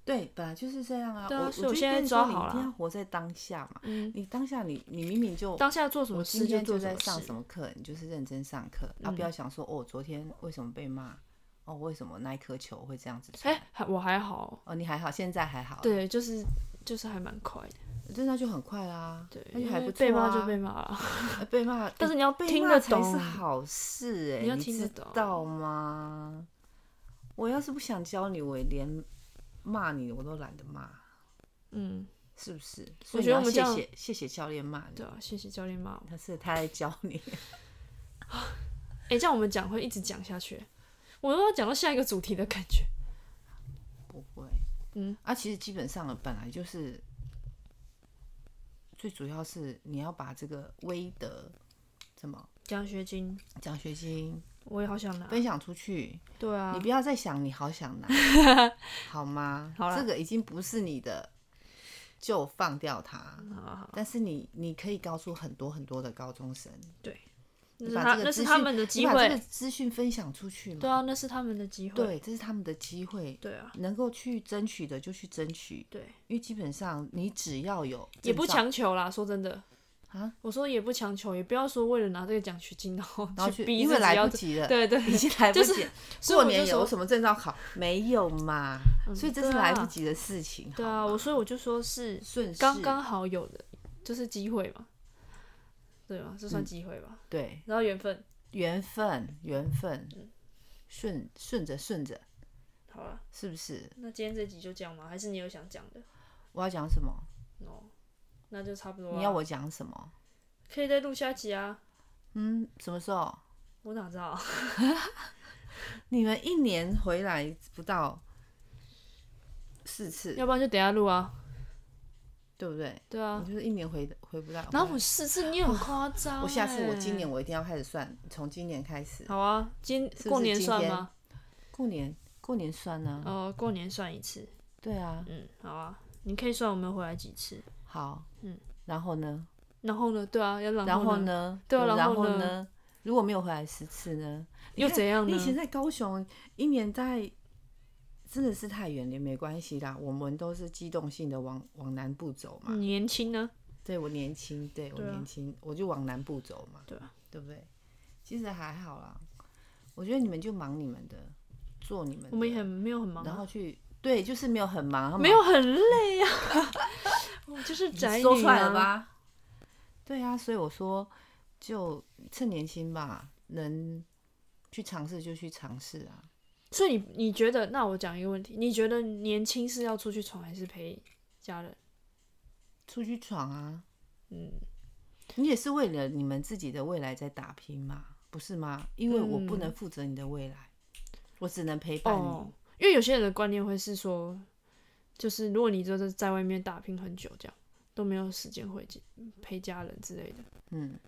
S2: 对，本来就是这样啊。
S1: 对啊
S2: 我
S1: 所以我
S2: 就
S1: 现在
S2: 跟你
S1: 抓
S2: 说
S1: 好
S2: 你一定
S1: 啦
S2: 要活在当下嘛。
S1: 嗯，
S2: 你当下你你明明就
S1: 当下做什
S2: 我
S1: 么
S2: 今
S1: 事就
S2: 天
S1: 做
S2: 在上
S1: 么事嗯
S2: 什。么课，你就是认真上课，啊，不要想说哦，昨天为什么被骂，哦，为什么那一颗球会这样子传？
S1: 哎，还我还好，
S2: 哦，你还好，现在还好，，
S1: 对，就是就是还蛮快的，
S2: 真的就很快啦，
S1: 对，
S2: 那就
S1: 因
S2: 还
S1: 为
S2: 不错
S1: 被骂就
S2: 啊
S1: 被骂了。
S2: [LAUGHS] 呃被骂，
S1: 但是你要
S2: 被
S1: 听
S2: 骂
S1: 得
S2: 才
S1: 懂
S2: 是，好事哎、
S1: 你要
S2: 你
S1: 听得
S2: 知
S1: 懂
S2: 道吗？我要是不想教你，我连骂你我都懒得骂，
S1: 嗯，
S2: 是不是？所
S1: 觉得
S2: 以你要
S1: 我们这
S2: 谢
S1: 样
S2: 谢谢谢教练骂你
S1: 对，啊，谢谢教练骂我。
S2: 他是他在教你， [LAUGHS]
S1: 哎，这样我们讲会一直讲下去，我都要讲到下一个主题的感觉。
S2: 不会，
S1: 嗯，
S2: 啊，其实基本上本来就是，最主要是你要把这个威德怎么
S1: 奖学金
S2: [LAUGHS] 奖学金
S1: 我也好想拿，
S2: 分享出去，
S1: 对啊
S2: 你，不要再想你好想拿，
S1: [LAUGHS]
S2: 好吗？
S1: 好啦
S2: 这个已经不是你的，就放掉它。
S1: 好好好，
S2: 但是你你可以告诉很多很多的高中生，
S1: 那
S2: 你
S1: 是
S2: 把
S1: 他
S2: 这个
S1: 那是
S2: 资
S1: 他
S2: 讯
S1: 们的
S2: 你
S1: 机
S2: 把这个
S1: 会，
S2: 资讯分享出去嘛。
S1: 对啊，那是他们的机会，
S2: 对，这是他们的机会，
S1: 对啊，
S2: 能够去争取的就去争取，
S1: 对，
S2: 因为基本上你只要有
S1: 也
S2: 证
S1: 不
S2: 照
S1: 强求啦，说真的，
S2: 啊，
S1: 我说也不强求，也不要说为了拿这个奖学金，然后
S2: 然后
S1: 去
S2: 去
S1: 逼
S2: 因
S1: 自
S2: 为
S1: 己
S2: 来
S1: 要
S2: 不及了，
S1: 对对，
S2: 已经来不
S1: 就是
S2: 及了。
S1: 所以
S2: 过
S1: 我就
S2: 年有
S1: 说，
S2: 什么证照考？没有嘛，所以这
S1: 对
S2: 是
S1: 啊
S2: 来不及的事情。
S1: 对啊，
S2: 好吗
S1: 我所以我就说是
S2: 顺势
S1: 刚刚好有的，就是机会嘛，对吧？
S2: 嗯
S1: 这算机会吧，
S2: 对
S1: 然后缘分
S2: 缘分，缘分顺顺着顺着，
S1: 好了。
S2: 是不是？
S1: 那今天这集就这样吗？还是你有想讲的？
S2: 我要讲什么？
S1: 哦，那就差不多啊。
S2: 你要我讲什么？
S1: 可以再录下集啊？
S2: 嗯，什么时候？
S1: 我哪知道
S2: [LAUGHS]
S1: 啊？
S2: 你们一年回来不到四次，
S1: 要不然就等一下录啊。
S2: 对不对？
S1: 对啊
S2: 你，就是一年回回不到。
S1: 然后我四次，你很夸张欸、
S2: 嗯我下次我今年我一定要开始算，从今年开始。
S1: 好啊，今
S2: 是
S1: 过年算吗？
S2: 过年过年算呢、
S1: 哦、过年算一次。
S2: 对啊，
S1: 嗯，好啊，你可以算我们回来几次。
S2: 好，
S1: 嗯，
S2: 然后呢？
S1: 然后呢？对啊，要然
S2: 然
S1: 后
S2: 后呢？
S1: 对啊
S2: 然
S1: 然后
S2: 后
S1: 呢
S2: 呢？如果没有回来十次呢？
S1: 又
S2: 你看
S1: 怎样呢
S2: 你以前在高雄，一年在真的是太远了，没关系啦。我们都是机动性的往往南部走嘛。
S1: 你嗯年轻啊呢？
S2: 对我年轻，对我
S1: 对啊
S2: 年轻，我就往南部走嘛。
S1: 对啊，
S2: 对不对？其实还好啦，我觉得你们就忙你们的，做你们的。
S1: 我们也很没有很忙、
S2: 然
S1: 啊，
S2: 后去对，就是没有很忙，
S1: 没有很累 [LAUGHS] 啊。我就是宅女、
S2: 宅
S1: 啊、
S2: 说出来了？吧？对啊，所以我说就趁年轻吧，能去尝试就去尝试啊。
S1: 所以你你觉得？那我讲一个问题，你觉得年轻是要出去闯，还是陪家人？
S2: 出去闯啊！
S1: 嗯，
S2: 你也是为了你们自己的未来在打拼嘛，不是吗？因为我不能负责你的未来，我只能陪伴你。
S1: 嗯哦，因为有些人的观念会是说，就是如果你就是在外面打拼很久，这样都没有时间回家陪家人之类的。
S2: 嗯，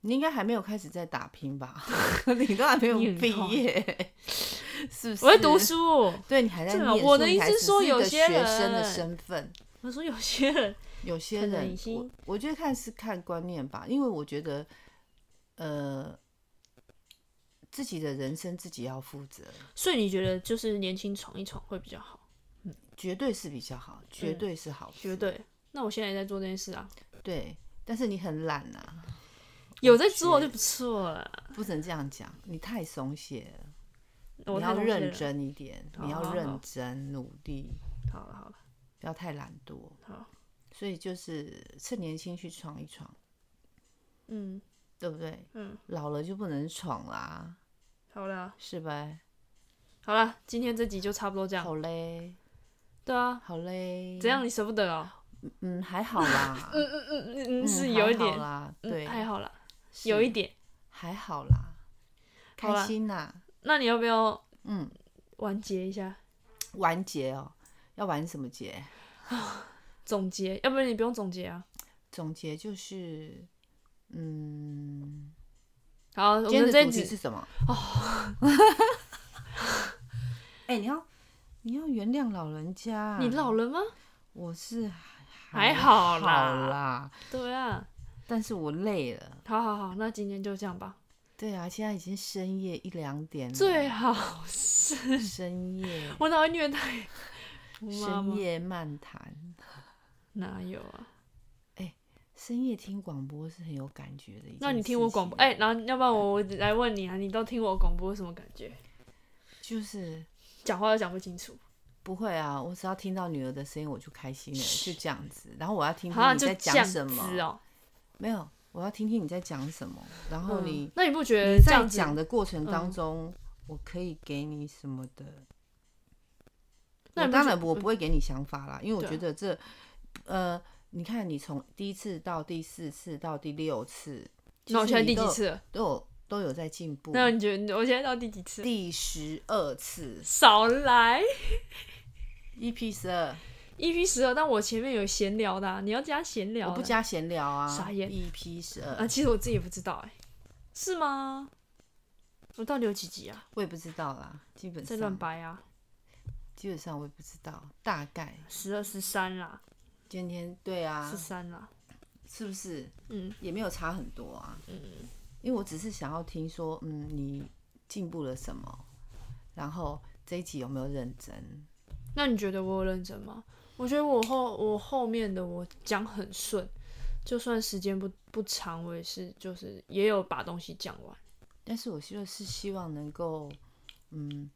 S2: 你应该还没有开始在打拼吧？ [LAUGHS] 你都还没有
S1: 你很
S2: 毕
S1: 坏
S2: 业，
S1: [LAUGHS]
S2: 是不是？
S1: 我在读，书，
S2: 对你还在
S1: 对啊
S2: 念书，
S1: 我的
S2: 你
S1: 意
S2: 还
S1: 思
S2: 只
S1: 是说
S2: 一
S1: 有
S2: 个
S1: 些
S2: 学生的
S1: 人
S2: 身份。
S1: 我说有些人
S2: 有些
S1: 可能
S2: 人
S1: 已，
S2: 我
S1: 经
S2: 我觉得看是看观念吧，因为我觉得，呃，自己的人生自己要负责，
S1: 所以你觉得就是年轻闯一闯会比较好？
S2: 绝对是比较好，绝
S1: 嗯
S2: 对是好事，
S1: 绝对。那我现在也在做这件事啊，
S2: 对。但是你很懒呐、啊，
S1: 有在做就不错了。
S2: 不能这样讲，你太松懈了。
S1: 我
S2: 你
S1: 太
S2: 要
S1: 松懈
S2: 认
S1: 了。
S2: 真一点，
S1: 好
S2: 你
S1: 好
S2: 要
S1: 好
S2: 认真努力，
S1: 好了好了，
S2: 不要太懒惰。
S1: 好，
S2: 所以就是趁年轻去闯一闯，
S1: 嗯
S2: 对不对？
S1: 嗯，
S2: 老了就不能闯啦，
S1: 好了
S2: 是呗？
S1: 好了，今天这集就差不多这样。
S2: 好嘞，
S1: 对啊，
S2: 好嘞。
S1: 怎样？你舍不得哦？
S2: 嗯，还好啦，
S1: [LAUGHS] 嗯嗯嗯嗯嗯，
S2: 嗯
S1: 是有一
S2: 还好
S1: 点，
S2: 啦，
S1: 嗯
S2: 对，
S1: 还好啦，
S2: 是
S1: 有一点。
S2: 还好啦，
S1: 好啦
S2: 开心啦，
S1: 那你要不要
S2: 嗯，
S1: 完结一下，
S2: 完结哦，要完什么结？
S1: 总结？要不然你不用总结啊。
S2: 总结就是，嗯，
S1: 好，我
S2: 今天
S1: 们这
S2: 的
S1: 一
S2: 主题
S1: 集
S2: 是什么？哦， [LAUGHS] 哎，你要你要原谅老人家，啊
S1: 你老了吗？
S2: 我是
S1: 还
S2: 好
S1: 好啦
S2: 啦，
S1: 对啊，
S2: 但是我累了。
S1: 好好好，那今天就这样吧。
S2: 对啊，现在已经深夜一两点了，
S1: 最好是 [LAUGHS]
S2: 深夜
S1: 我哪会虐待我妈
S2: 深
S1: 妈？
S2: 夜漫谈。
S1: 哪有啊？
S2: 深夜听广播是很有感觉的一件事情。
S1: 那你听我广播，哎、然后要不然我我来问你啊，你都听我广播什么感觉？
S2: 就是
S1: 讲话都讲不清楚，
S2: 不会啊，我只要听到女儿的声音我就开心了，就这样子。然后我要听
S1: 好像
S2: 听你
S1: 啊就
S2: 在
S1: 这样
S2: 讲
S1: 子
S2: 什么，
S1: 哦、
S2: 没有，我要听听你在讲什么。然后你
S1: 嗯、、那你不觉得
S2: 你
S1: 这
S2: 在
S1: 样子
S2: 讲的过程
S1: 嗯
S2: 当中，我可以给你什么的？
S1: 那
S2: 我
S1: 你不
S2: 当
S1: 觉
S2: 然我
S1: 嗯
S2: 不会给你想法啦，因为我
S1: 对啊
S2: 觉得这，呃，你看你从第一次到第四次到第六次，
S1: 那我
S2: 其
S1: 现
S2: 实
S1: 在第几
S2: 你都有嗯
S1: 次了？
S2: 都有都有在进步。
S1: 那你觉得我现在到第几次？
S2: 第十二次
S1: 少来
S2: EP 十二。
S1: EP 十二，但我前面有闲聊的啊、你要加闲聊
S2: 我
S1: 的，
S2: 不加闲聊啊，
S1: 傻眼
S2: EP 十
S1: 啊。
S2: 二，
S1: 其实我自己也不知道、哎，是吗？我到底有几集啊？
S2: 我也不知道啦，基本
S1: 在乱
S2: 上
S1: 掰啊，
S2: 基本上我也不知道，大概
S1: 十二十三啦，
S2: 今天对啊
S1: 十，三啦，
S2: 是不是
S1: 嗯
S2: 也没有差很多啊？嗯，因为我只是想要听说，嗯，你进步了什么，然后这一集有没有认真？
S1: 那你觉得我有认真吗？我觉得我后我后面的我讲很顺，就算时间不不长，我也是就是也有把东西讲完。
S2: 但是我就是希望能够，嗯，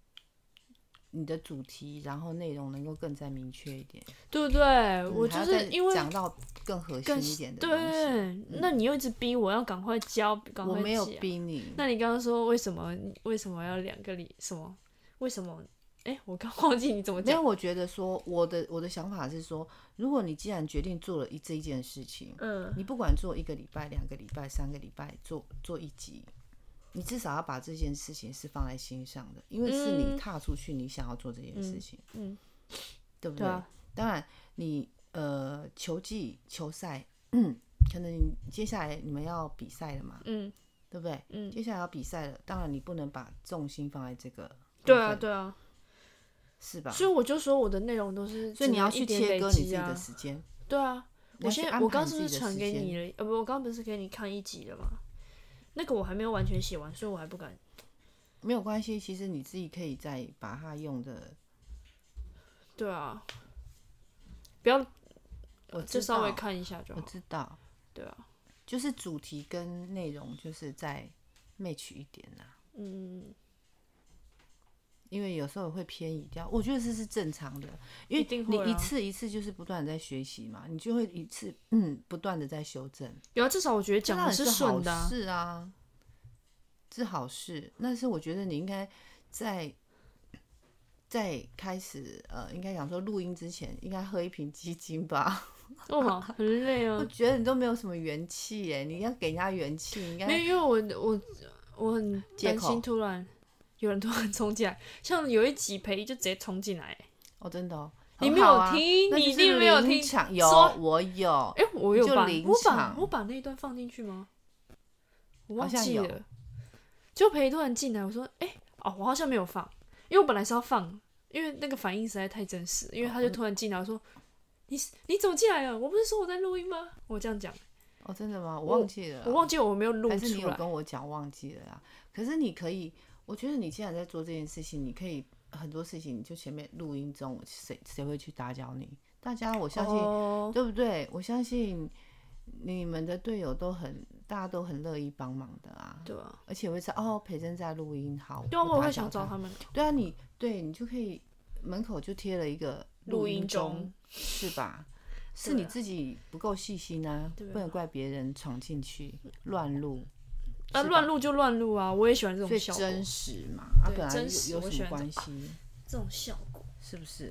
S2: 你的主题，然后内容能够更再明确一点。
S1: 对不对？我
S2: 嗯还
S1: 就
S2: 要
S1: 是
S2: 再
S1: 因为
S2: 讲到更核心
S1: 更
S2: 一点的
S1: 对
S2: 东西，，嗯
S1: 那你又一直逼我要赶快教，赶
S2: 我
S1: 快
S2: 没有
S1: 讲
S2: 逼你，
S1: 那你刚刚说为什么为什么要两个礼什么？为什么？哎，我刚忘记你怎么
S2: 没有。
S1: 讲。
S2: 我觉得说我的我的想法是说，如果你既然决定做了一这一件事情，
S1: 嗯，
S2: 你不管做一个礼拜、两个礼拜、三个礼拜，做做一集，你至少要把这件事情是放在心上的，因为是你
S1: 嗯
S2: 踏出去，你想要做这件事情，
S1: 嗯嗯
S2: 对不
S1: 对啊，
S2: 当然，你呃球季、球赛，可能你接下来你们要比赛了嘛，
S1: 嗯
S2: 对不对？
S1: 嗯，
S2: 接下来要比赛了，当然你不能把重心放在这个部
S1: 对啊
S2: 分，
S1: 对啊。
S2: 是吧？
S1: 所以我就说我的内容都是，
S2: 所以你要去切割你自己
S1: 啊
S2: 的。时间，
S1: 对啊，我
S2: 你要去
S1: 现在
S2: 安
S1: 我
S2: 排
S1: 刚
S2: 你
S1: 是
S2: 自
S1: 不是
S2: 己的
S1: 传
S2: 时
S1: 给
S2: 间
S1: 你了？呃，不，我刚不是给你看一集了吗？那个我还没有完全写完，所以我还不敢。
S2: 没有关系，其实你自己可以再把它用的，
S1: 对啊，不要
S2: 我
S1: 就
S2: 知
S1: 稍微
S2: 道
S1: 看一下就
S2: 我
S1: 好。
S2: 知道，
S1: 对啊，
S2: 就是主题跟内容就是在 match 一点啦、
S1: 嗯，
S2: 因为有时候会偏移掉，我觉得这是正常的，因
S1: 一定
S2: 为
S1: 会啊
S2: 你一次一次就是不断地在学习嘛，你就会一次嗯不断的在修正，
S1: 有啊，至少我觉得讲
S2: 这
S1: 的
S2: 当然是
S1: 顺的
S2: 好
S1: 啊。
S2: 事啊，是好事。但是我觉得你应该在在开始呃，应该讲说录音之前，应该喝一瓶鸡精吧。
S1: 为什
S2: [LAUGHS]
S1: 么很累啊
S2: 我？觉得你都没有什么元气耶，你要给人家元气，你
S1: 没
S2: 应该
S1: 有，因为我我我很
S2: 借
S1: 担
S2: 口
S1: 心突然有人突然冲进来， [LAUGHS] 像有一集裴就直接冲进来，
S2: 哦真的、哦，
S1: 你
S2: 很
S1: 没有
S2: 好啊
S1: 听
S2: 那
S1: 你
S2: 就
S1: 一
S2: 是
S1: 定没有
S2: 临
S1: 听
S2: 场有
S1: 说
S2: 我有，
S1: 哎、我有
S2: 就
S1: 把
S2: 临
S1: 我把
S2: 场
S1: 我把那一段放进去吗？我忘
S2: 好像
S1: 记
S2: 有
S1: 了。就裴突然进来，我说：“哎、哦，我好像没有放，因为我本来是要放，因为那个反应实在太真实了。因为他
S2: 哦
S1: 就突然进来，我说：‘你你怎么进来了？我不是说我在录音吗？’我这样讲，
S2: 哦真的吗？
S1: 我
S2: 我忘记了啊，
S1: 我忘记我没有录
S2: 还是你
S1: 出
S2: 有
S1: 来。
S2: 跟我讲忘记了啦？可是你可以，我觉得你既然在做这件事情，你可以很多事情，你就前面录音中，谁谁会去打搅你？大家我相信，
S1: 哦
S2: 对不对？我相信你们的队友都很，大家都很乐意帮忙的啊。
S1: 对啊，
S2: 而且我会知道哦，培珍在录音，好，
S1: 对啊，
S2: 不
S1: 我
S2: 打
S1: 会
S2: 搅
S1: 想找
S2: 他。
S1: 他们。
S2: 对啊，你对你就可以门口就贴了一个
S1: 录音
S2: 音
S1: 中，
S2: 是吧？是
S1: 对
S2: 你
S1: 啊
S2: 自己不够细心啊，
S1: 对啊
S2: 不能怪别人闯进去乱录。
S1: 啊，
S2: 是吧
S1: 乱录就乱录啊，我也喜欢这种
S2: 最
S1: 效果，
S2: 真实嘛，啊，
S1: 对
S2: 本来
S1: 真实
S2: 有
S1: 我
S2: 有
S1: 喜
S2: 什么
S1: 欢
S2: 关系？
S1: 这种效果。
S2: 是不是？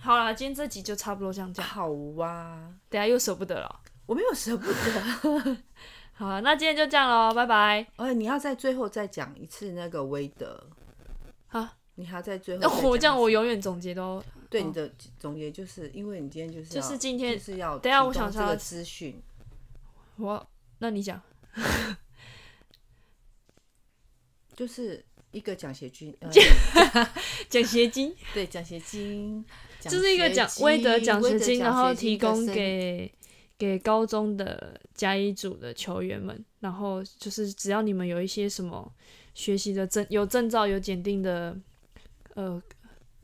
S1: 好啦，今天这集就差不多这样讲，
S2: 好哇，
S1: 等一下又舍不得了。
S2: 我没有舍不得。 [LAUGHS]
S1: 好啦，那今天就这样喽，拜拜。
S2: 而你要在最后再讲一次那个威德，
S1: 好，
S2: 你还要在最后
S1: 那
S2: 再讲一次。
S1: 哦 [LAUGHS] 我这样我永远总结都
S2: 对你的总结就是，因为你今天就是
S1: 就
S2: 要
S1: 是今天
S2: 就是要
S1: 等一下我
S2: 提供
S1: 想
S2: 这
S1: 要
S2: 个资讯，
S1: 我，那你讲
S2: 就是一个奖学金，
S1: [LAUGHS]
S2: 呃、
S1: 奖学金，
S2: 对奖学金，奖
S1: 就是一个
S2: 学
S1: 奖
S2: 金
S1: 威德奖
S2: 威
S1: 学
S2: 德
S1: 金，然后
S2: 学
S1: 提
S2: 跟
S1: 供
S2: 生
S1: 给给高中的甲乙组的球员们，然后就是只要你们有一些什么学习的证有证照有检定的，呃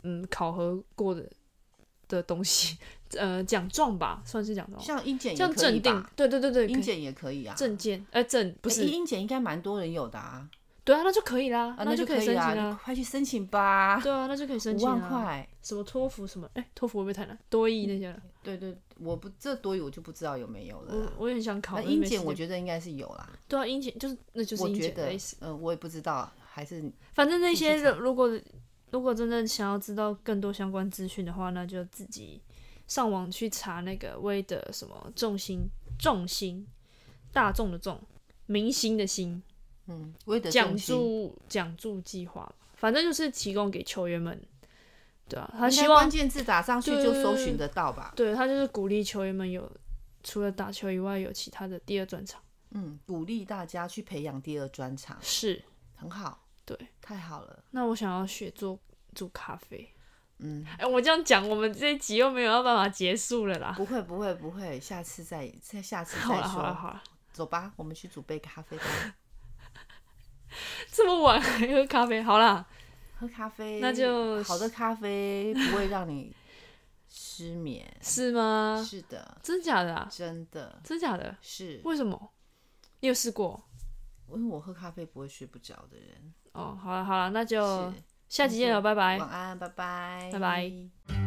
S1: 嗯考核过的的东西，呃奖状吧，算是奖状，
S2: 像英检也
S1: 像
S2: 可以
S1: 证定
S2: 吧，，
S1: 对对对对，
S2: 英
S1: 可以
S2: 检也可以啊，
S1: 证件，呃证不
S2: 诶
S1: 是，
S2: 英检应该蛮多人有的啊，
S1: 对啊，那就可以啦，
S2: 啊
S1: 那
S2: 就
S1: 可以申请
S2: 啦，
S1: 啦
S2: 你，快去申请吧。
S1: 对啊，那就可以申
S2: 五
S1: 请
S2: 万
S1: 啊。
S2: 块，嗯
S1: 什么托福什么，哎、托福会不会太难？多益那些了，
S2: 对对，我不这多余我就不知道有没有了
S1: 我
S2: 啦。
S1: 我也很想考。
S2: 那
S1: 但是
S2: 英
S1: 没时
S2: 检
S1: 间
S2: 我觉得应该是有啦，
S1: 对啊，英检就是那就是
S2: 我
S1: 英
S2: 觉
S1: 检
S2: 得
S1: 的意思。，
S2: 嗯，我也不知道，还是
S1: 反正那
S2: 自己去
S1: 些如如果如果真的想要知道更多相关资讯的话，那就自己上网去查那个威的什么重心重心大众的重明星的星
S2: 嗯，我也得
S1: 奖
S2: 重心。
S1: 助啊奖助计划，反正就是提供给球员们。对啊，他
S2: 应该
S1: 希
S2: 关
S1: 望
S2: 键字打上去就搜寻得到吧？
S1: 对他就是鼓励球员们有除了打球以外有其他的第二专场。
S2: 嗯，鼓励大家去培养第二专长，
S1: 是，
S2: 很好，
S1: 对。
S2: 太好了。
S1: 那我想要学做煮咖啡。 [LAUGHS]
S2: 嗯，
S1: 哎、我这样讲，我们这一集又没有要办法结束了 [LAUGHS] 啦。
S2: 不会不会不会，下次再再下次
S1: 好
S2: 再
S1: 了好了
S2: 说。
S1: 好了，
S2: 走吧，我们去煮杯咖啡吧，
S1: [LAUGHS] 这么晚还喝咖啡，好啦，
S2: 喝咖啡。
S1: 那就
S2: 好的咖啡不会让你失眠。
S1: 是吗？
S2: 是的，
S1: 真假的啊？
S2: 真的
S1: 真假的？
S2: 是，
S1: 为什么？你有试过？
S2: 因为我喝咖啡不会睡不着的人。，
S1: 哦，好了好了，那就是下集见了，拜拜。
S2: 晚安，拜拜，
S1: 拜拜。